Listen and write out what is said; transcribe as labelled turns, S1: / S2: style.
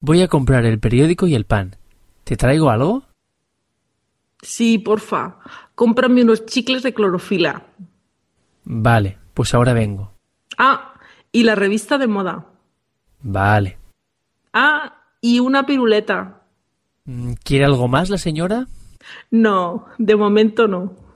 S1: Voy a comprar el periódico y el pan. ¿Te traigo algo?
S2: Sí, porfa. Cómprame unos chicles de clorofila.
S1: Vale, pues ahora vengo.
S2: Ah, y la revista de moda.
S1: Vale.
S2: Ah, y una piruleta.
S1: Mm, ¿Quiere algo más la señora?
S2: No, de momento no.